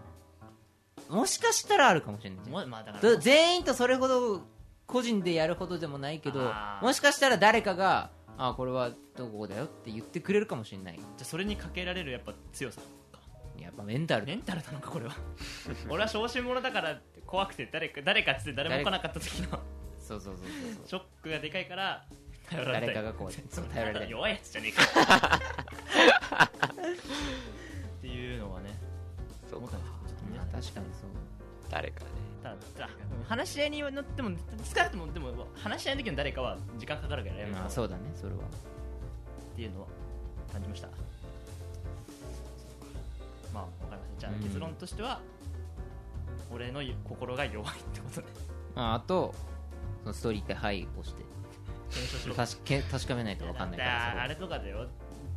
もしかしたらあるかもしれないじゃん
もまあだから
ど全員とそれほど個人でやるほどでもないけど
あー
もしかしたら誰かが「あこれはどこだよ」って言ってくれるかもしれない
じゃあそれにかけられるやっぱ強さ
やっぱメンタル
メンタルなのかこれ は俺は小心者だから怖くて誰か誰かっつって誰も来なかった時の
そうそうそうそう
ショックがでかいから頼られた
誰
い
かが こうそう頼られたり
弱いやつじゃねえかっていうのはね
そう
思っ
か
たんですけどちょ
ま
っとね
あ確かにそう
誰かね
ただただ話し合いになっても疲れてもでも話し合いの時の誰かは時間かかるからやめま
まあ
し
そ
ょう
うだねそれは
っていうのは感じましたまあ分かりましたじゃ
うん
あ結論としては、俺の心が弱いってこと で
まああとそのストーリーって「はい」押して
検証しろ
確け確かめないと分かんないか
だ ってあ
ら
れとかだよ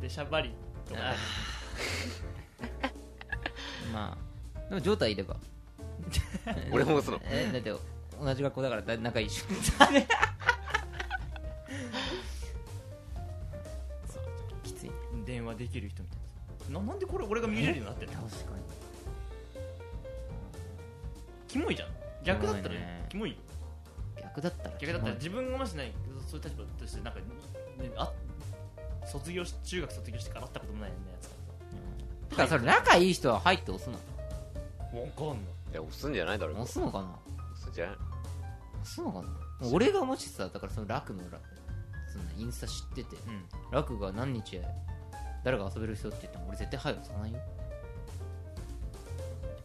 でしゃばりとか
それまあでも状態いれば
俺も押すの
えだって同じ学校だからだ仲い いしきついね
電話できる人みたいなななんでこれ俺が見れるようになってんの
確かに
キモいじゃん逆だったら
キモいね
キモいよ
逆だったら
逆だったら
キ
自分がもしないそそういう立場としてなんか、ね、あ卒業し中学卒業してから会ったこともないようなやつか
モいうんてかそれ仲いい人は「はい」って押すの
らわかんない
いや押すんじゃないだろう
押すのかな
押すんじゃない
押すのかなもう俺がもしさだからその楽の裏そんなインスタ知ってて
うん
楽が何日誰が遊べる人って言っても俺絶対「はい」押さないよ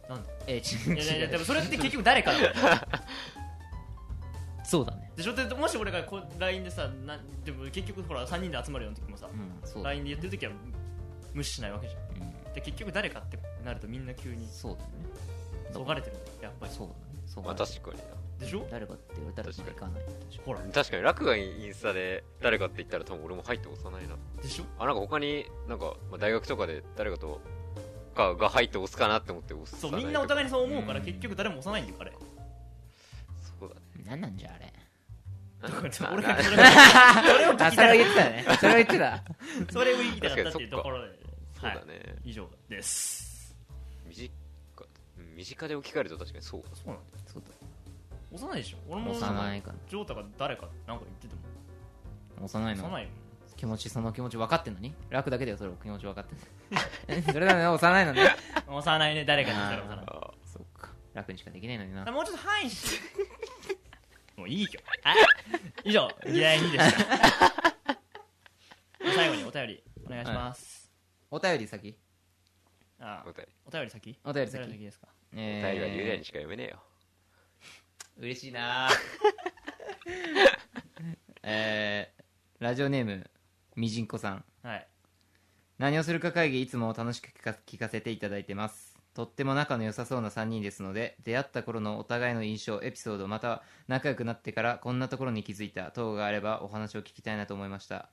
なんで
えー違う
い やいやいや
違
で
う
もそれって結局誰かだから
そうだね
でしょでもし俺がこう LINE でさなでも結局ほら3人で集まるような時もさ
うんそうだ、
LINE で言ってる時は無視しないわけじゃん
うん
で結局誰かってなるとみんな急に
そうだね
そがれてるんだよやっぱり
そうだねそう
まあ
だね
確かに
でしょ
誰かって言われたらまあ行かない確か
ほら
な確かに楽がインスタで誰かって言ったら多分俺も入って押さないな
でしょ
あなんか他になんか、まあ、大学とかで誰かとかが入って押すかなって思って押す
そうみんなお互いにそう思うから
うん
結局誰も押さないんだよあれ
そうだね
に何なんじゃあれ
だからちょっと
あ
俺
な
がそれ
あそれを言ってたね それを言ってた
それを言い たかったっていうところで
そう
はい
だね、
以上です
身近うん身近で置き換えると確かにそうだ
そうなんだよ
そうだ
押さないでしょ俺も
押さないかな
ジョータが誰かなんか言ってても
押さない
押
の
さないよ
気持ちその気持ち分かってんのに楽だけだよそれ気持ち分かってんのえ それなのね押さないのね
押さないね誰かに言ったら押さない
あ
そうか楽にしかできないのに
あ
な
もうちょっと範囲して もういいよはい以上議題2でした 最後にお便りお願いします、
お便り先
あ
お便り
お便り先
お便り先
おですか
お
え
便りは雄大にしか読めねえよ
嬉しいな えー、ラジオネームみじんこさん
はい
何をするか会議いつも楽しく聞か聞かせていただいてますとっても仲の良さそうな3人ですので出会った頃のお互いの印象エピソードまたは仲良くなってからこんなところに気づいた等があればお話を聞きたいなと思いました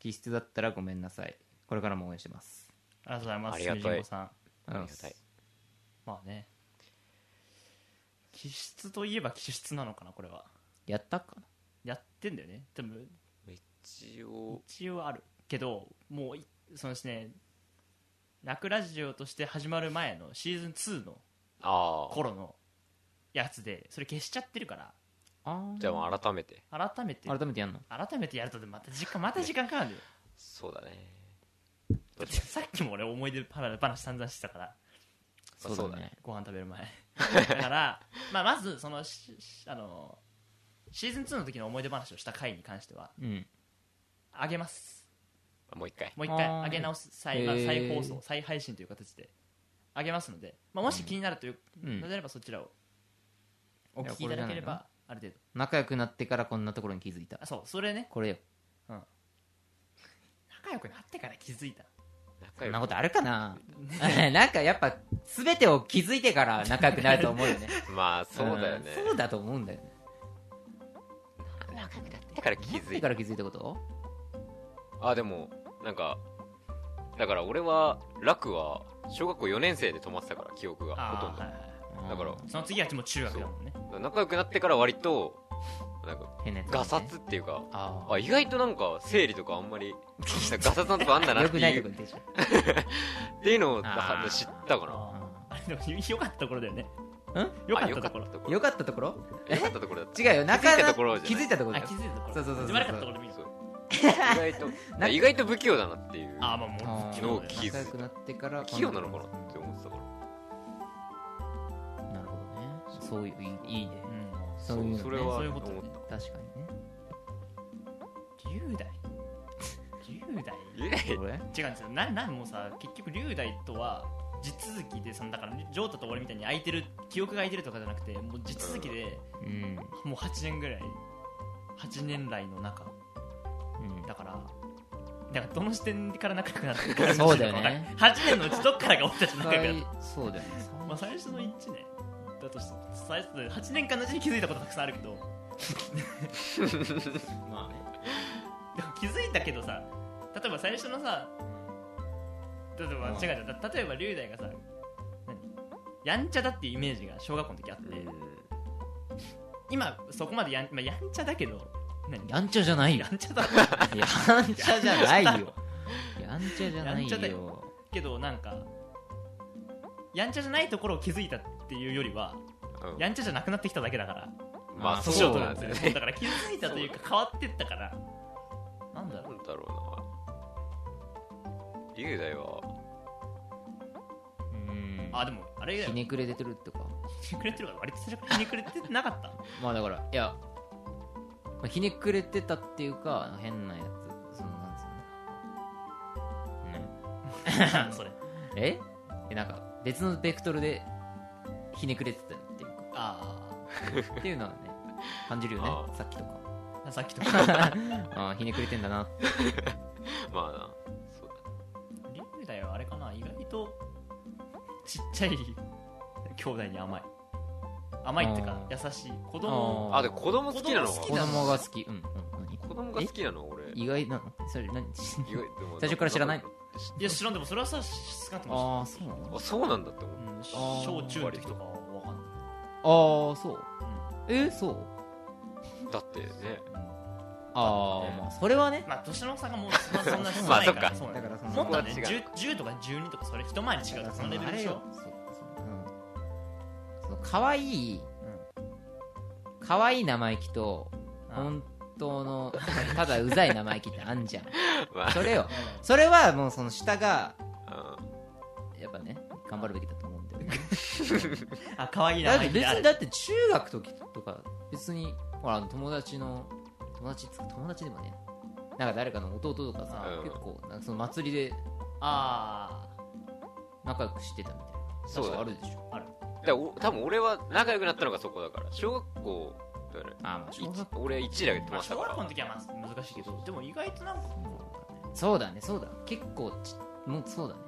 気質だったらごめんなさいこれからも応援してます
ありがとうございます
ありがたい
みじんこさん
あ
あり
の
がたい
まあね気質といえば気質なのかなこれは
やったかな
やってんだよね多分
一応
一応あるけどもういそのですねラクラジオとして始まる前のシーズン2の
ああ
頃のやつでそれ消しちゃってるから
あ
じゃあもう改めて
改めて
改めてやんの
改めてやるとまた時間また時間かかるんだよ
そうだね
だってさっきも俺思い出話散々してたから
まあそうだね
ご飯食べる前だから、まあ、まずそのししあのシーズン2の時の思い出話をした回に関しては
うん
あげます
もう一回
もう一回
あー
上げ直す再,、まあ
へー
再放送再配信という形で上げますので、まあ、もし気になるという
うん
のであればそちらをお
いや
聞きいただ
これ
けれ
じゃない
ばある程度
仲良くなってからこんなところに気づいた
あそうそれね
これよ
仲良くなってから気づいた
仲
そん
良
な
く
ことあるかな なんかやっぱ全てを気づいてから仲良くなると思うよね
まあそうだよね
うんそうだと思うんだよね
だから気
気づ
づ
い
い
か
た
ら気づいたこと
あでもなんかだから俺は楽は小学校4年生で泊まってたから記憶がほとんど
あーはいはいはい
だから
その次はもう中学だもんね
仲良くなってから割となんか
変なやつだね
ガサツっていうか
あ
あ意外となんか生理とかあんまりなんかガサツなとこあんだ
あ
な
よ
って
くない
い
とこ
う
に出ちゃう
っていうのを
あー
知ったかな
あーあれでも良かったところだよね
う
良か
あ
ったところ
と
んよかったところ
よかったところだった
違うよ仲
気づいた
な
ところじゃない
気づいたところ
あ
だよ
気づいたところ
そうそうそうそう
悪かったところ見る
そう意外と意外と不器用だなっていう
ああまあもう
あー
昨
昨
日
日
だよ
気
仲良く
づいた
なってから
器用なのかなって思ってたから
なるほどねそういういいいいね
なうん
そういう
そう
のね
それは
そういう
思
こ
っ
とね
た
確かにね
龍大龍大
え
これ
違うんですよななんもうさ結局龍大とは地続きでそのだからジョータと俺みたいに空いてる記憶が空いてるとかじゃなくてもう地続きで
うん
もう8年ぐらい8年来の中だからだからどの視点から仲良くなってるか
そうだよ ね
8年のうちどっからが俺たち
うん
仲良くなっ
一回そうだよね
た、まあ、最初の1年だとして最初の8年間のうちに気づいたことたくさんあるけど
まあね
でも気づいたけどさ例えば最初のさ例えば
うん
違う違う例えば龍大がさ何やんちゃだっていうイメージが小学校の時あって、今そこまでやん,、まあ、やんちゃだけど何
やんちゃじゃないよ
やんちゃだ
やんちゃじゃないよやんちゃじゃない
やんちゃだ
よ
け どなんかやんちゃじゃないところを気づいたっていうよりは
うん
やんちゃじゃなくなってきただけだから
まあ
そう
そう
だ
な
よ
んだよ
ね
ね
だから気づいたというか変わってったからなんだ
な
ろうん
だろうな龍大は
うん
あでもあれだよ
ひ
ひね
ねくれ出てるってか
くれてるから割と最初からひねくれてなかった
まあだからいや、まあ、ひねくれてたっていうか変なやつそのなんつうのね
それ
ええなんか別のベクトルでひねくれてたっていう
あ
かっていうのはね感じるよね
あ
さっきとか
あさっきとか
あーひねくれてんだなって
まあなそうだ
リュウダイはあれかな意外とちっちゃい兄弟に甘い甘いっていうか
あ
優しい子供
あー
あで子供好きなの
子
か
子
好きなの
供が好きうん、うん、何
子供が好きなの俺
意外なのそれ何
意外でも
最初から知らない
いや知らんでもそれはさ少なくとも、
ああそうなの
あそうなんだって思う
うん、
あー
小中の時とかは分か
あ
んない
あそうえそう
だってね
ああまあそれはね
まあ年の差がもうそんなそんな少
まあ
ないから、
そ
そ
っか
うなんだ
だからその
もっとね
そこは違う
10, 10とか12とかそれ一回り違うとかそのレベルでしょ
そうそううんその可愛い可愛い生意気と
うん
本当の ただうざい生意気ってあんじゃん
まあ
それよそれはもうその下が
うん
やっぱね頑張るべきだと思うんだよね
あ可愛いな
だって別
あ
に
れ
だって中学時とか別にほらあの友達の友達っつうか友達でもねなんか誰かの弟とかさ
うん
結構なんかその祭りで
あ
仲良くしてたみたいな
そうだ
確
ね
かあるでしょ
だからお多分俺は仲良くなったのがそこだから小学校だから
あーまあ
い
小学校
俺1位だけ飛
まあ
ばした
小
か
学
ら
校の時はまあ難しいけどでも意外となんかもう
そうだねそうだ結構ちもうそうだね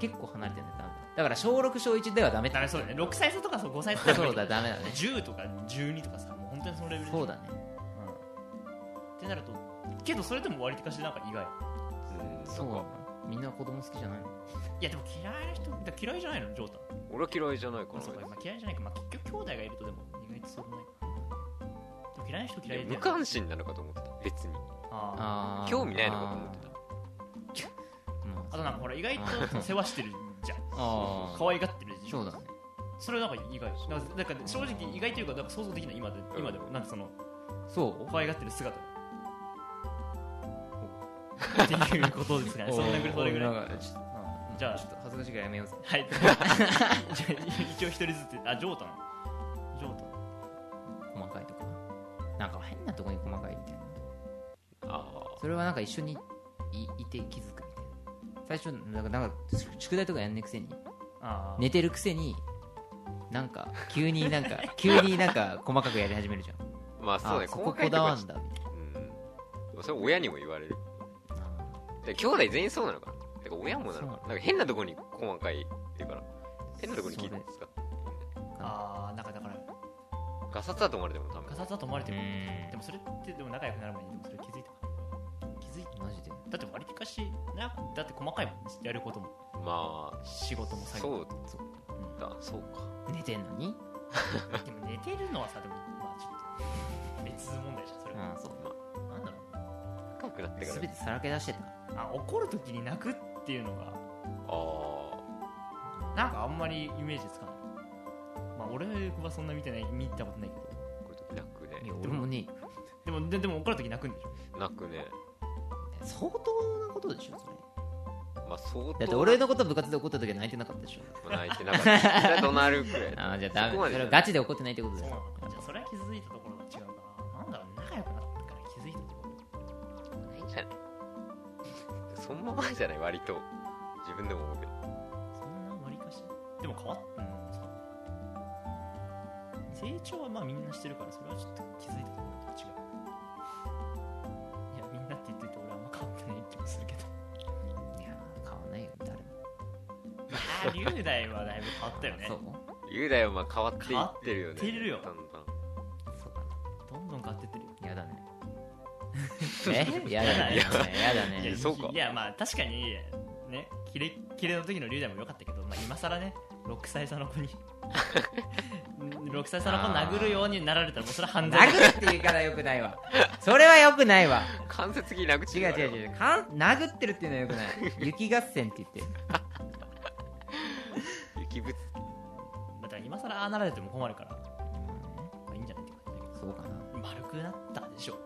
結構離れてないとダメだだから小6小1ではダメ
だ
だ
めそうだね6歳差とかそう5歳差とか
そうだダメ だね
10とか12とかさもう本当にそのレベル
そうだね
うんってなるとけどそれでも割りかしなんか意外
うん
そう
なんか
みんな子供好きじゃないの
いやでも嫌いな人だから嫌いじゃないのジョータ
俺は嫌いじゃないか
まあ
な
そうかまあ嫌いじゃないか、まあ、結局兄弟がいるとでも意外とそうでもないかでも嫌いな人嫌いだ
いや
よね
無関心なのかと思ってた別に
あ
あー
興味ないのかと思ってた
ま
ーあ
あ
となんかほら意外と世話してるじゃん
あー
可愛がってるでしょ
そうだね
それはなんか意外なんかなんか正直意外というかなんか想像できない今で今でもなんかその
そう
可愛がってる姿 っていうことですかねそんなぐらいそれぐらい
おーなんかちょっとうん
じゃあ
ちょっと恥ずかしいからやめようぜ
はい じゃあ一応一人ずつあジョータンジョータン
細かいとこななんか変なとこに細かいみたいな
あ
それはなんか一緒にいいて気づくみたいな最初なんかなんか宿題とかやんねくせに
あー
寝てるくせになんか急になん か急になんか細かくやり始めるじゃん
あまあそうね
あそこ
細かい
ことだわ
ち
んだみたい
うんでもそれ親にも言われる
な
で兄弟全員そうなのかなてか親もな
そ
のか
う
ななんか変なとこに細かいっていうから変なとこに聞いてますか
あーなんかだから
ガサツだと思われても多分
ガサツだと思われて
う
る
ん
でもそれってでも仲良くなる前にでもそれ気づいたか気づい
マジで
だって割りかしなだって細かいもんやることも
まあ
仕事も作
そ
業
うだそうか
寝てんのに
でも寝てるのはさでもまあちょっと別問題じゃんそれは、
ああそう
なんだろう
深くなってから
全てさらけ出してた
あ怒るときに泣くっていうのが
あ
なんかあんまりイメージつかないまあ俺はそんな見てない見たことないけど
あこういう時泣く
い
ね
や俺もね
でもででも怒るとき泣くんでしょ
泣くね
相当なことでしょそれ
まあ相当
だって俺のこと部活で怒った時は泣いてなかったでしょ
まあ泣いてなかったそ れは怒鳴るくらい
ああじゃあダメ
そこまで
それはガチで怒ってないってこと
そ
だ
うな
よ
のかじゃあそれは気づいたところが違うかななんだろう仲良くなったから気づいたところ
ないんじゃないそんままじゃない割と自分でも思うけど
そんな割りかしでも変わっうんそう成長はまあみんなしてるからそれはちょっと気づいたところと違ういやみんなって言ってて俺あんま変わってない気もするけど
いやー変わんないよ誰も
いやー龍大はだいぶ変わったよね
そう
雄大はまあ変わっていってる
変わっ
よね
てるよ
だんだん
そうだ
どんどん変わってってるよ
なやだ ねえやだねやだ
いや
ね
そうか
いやまあ確かにねキレッキレの時の龍大も良かったけど、まあ、今更ね6歳差の子に 6歳差の子殴るようになられたらもうそれは犯罪だよ
殴るって言い方よくないわそれはよくないわ
間接的に殴って
違う
る
違
よ
う違うかん殴ってるっていうのはよくない雪合戦って言ってる
あれは雪ぶつ
だから今更ああなられても困るから、まあ、いいんじゃないって感じだけ
そ
ど
うかな
丸くなったでしょ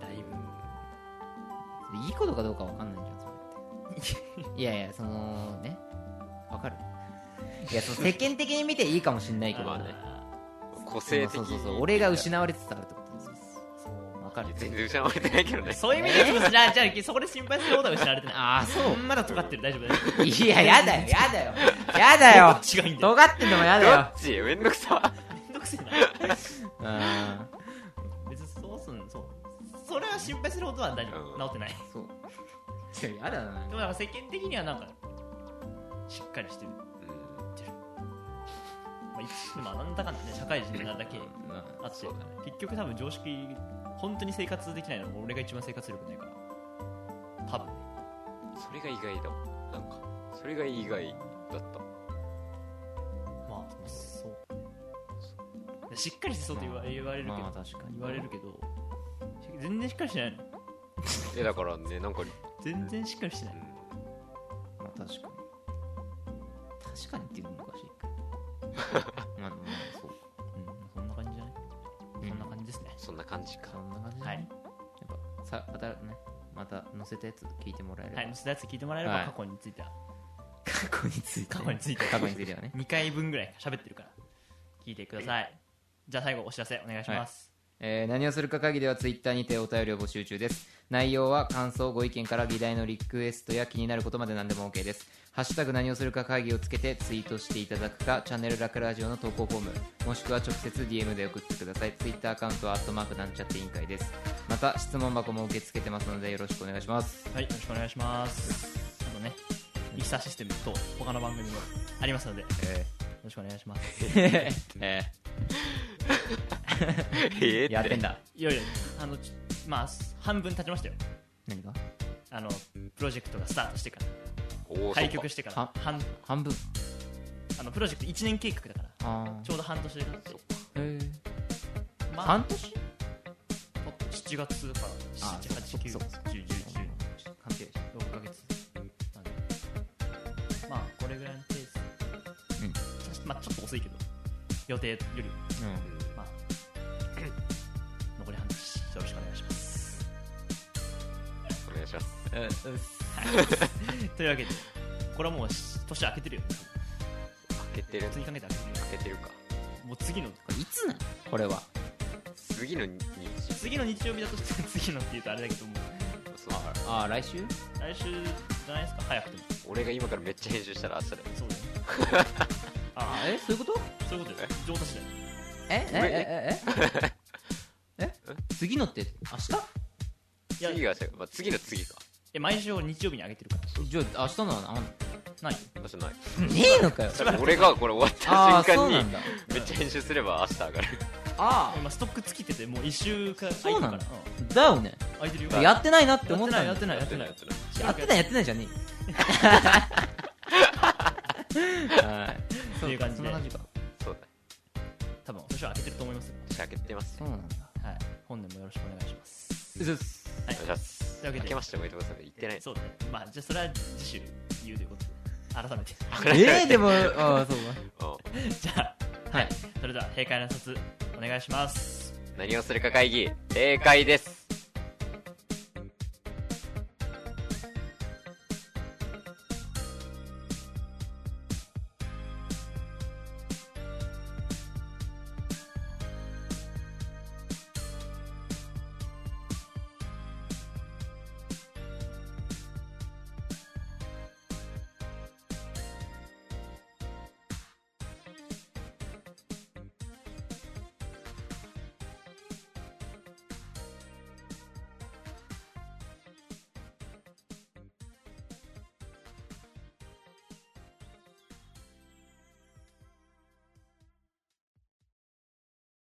だいぶ
いいことかどうかわかんないじゃんそれ っていやいやそのねわかるいやその世間的に見ていいかもしんないけど
まあね
あ
個性的
そうそうそう
に
俺が失われつつあるってことです
ーそう
わかる
全然失われてないけどね
そういう意味で言うとじゃあじゃあそこで心配することは失われてない
ああそう
まだ尖ってる大丈夫大丈
いややだよやだよやだよ
夫違うんだよ
尖ってんのもやだ
ど
よ
っちめんどくさ
めんどくせえな
うん
別にそうすんそうそれは心配することは大丈
う
夫
ん
治ってない
そういややだな
でもなんか世間的にはなんかしっかりしてる、
うん
まあ、一まあなんだかんだね社会人なだけあって
そうだね
結局多分常識本当に生活できないのは俺が一番生活力ないから多分ね
それが意外だなんかそれが意外だった
まあそうしっかりしてそうと言わ言われるけど、
まあ確かに
言われるけど全然しっかりしてないの
えだからねなんか、
全然しっかりしてな
う
い
ん
まあ確かに確かにっていうのもお かしいかまあまあそう
うんそんな感じじゃない
うん
そんな感じですね
そんな感じか
そんな感じだね
はい
やっぱさまたねまた載せたやつ聞いてもらえれば、
はいもしやつ聞いてもらえれ
は
ば
い
過去については
過去について
過去について
過去についてはね
2回分ぐらい喋ってるから聞いてくださいじゃあ最後お知らせお願いします
えー何をするか会議ではツイッターにてお便りを募集中です内容は感想ご意見から議題のリクエストや気になることまで何でも OK です「ハッシュタグ何をするか会議」をつけてツイートしていただくかチャンネルラクラジオの投稿フォームもしくは直接 DM で送ってください Twitter アカウントは「アットマークなんちゃって委員会」ですまた質問箱も受け付けてますのでよろしくお願いします
はい、よろしくお願いします。あとね、ミキサーシステムと他の番組もありますので、よ
え
ろしくお願いします。
ーえ
え
ーやってん
だ
だ
いやいや、あの、ちまあ、半分経ちましたよ。
何が
あの、プロジェクトがスタートしてから、
おお
開局してから
は、
半
半分
あのプロジェクト1年計画だから、
あ
ちょうど半年で経って、
あへえ
まあ、
半年
7月から、7、8、9、
そうか
10、11、
関係者
6ヶ月なんでまあこれぐらいのペース、
うん
ちょまあ、ちょっと遅いけど予定よりも
うん
まあ残り半年よろしくお願いします
お願いします
というわけでこれはもうし年明けてるよ
開けてる
普通に考えて明けてるよ
開けてるか
もう次の
これいつなのこれは
次の日
次の日曜日だとして次のっていうとあれだけどもう
そう
ああ来週
来週じゃないですか早くても
俺が今からめっちゃ編集したら明日だよ
そうだねあ
えそういうこと
あそういうことです上達だよ
ええええええ次のって明日
いや
次が明日かまあ次の次か
え毎週日曜日に上げてるか
じゃあ明日のはあん
らない
私ない
ねえのかよ
俺がこれ終わ
あ
っ
あ
た瞬
そう
間
な
に
んだ
めっちゃ編集すれば明日上がる
あ
今ストック尽きててもう1週間空い
そう
てる
な
か
のあ
ら
だよね
うん空いてるよ
やってないなって
や
思
っ
ってた
ない
の
やってないやってない
やってない
やってないやってないじゃねえよはい
っていう感じで
そんな感じか
そうだ
多分私は開けてると思いますよ
じゃあ開けてます
そうなんだ
はい本年もよろしくお願いします
うずっす
お願いします
というわけで
開けましたおめでとうございます言ってない
そうだねまあじゃあそれは次週言うということで改めて
ええでもああそう
う ん
じゃ
かはい
あそれでは閉会の挨拶お願いします
何をするか会議正解です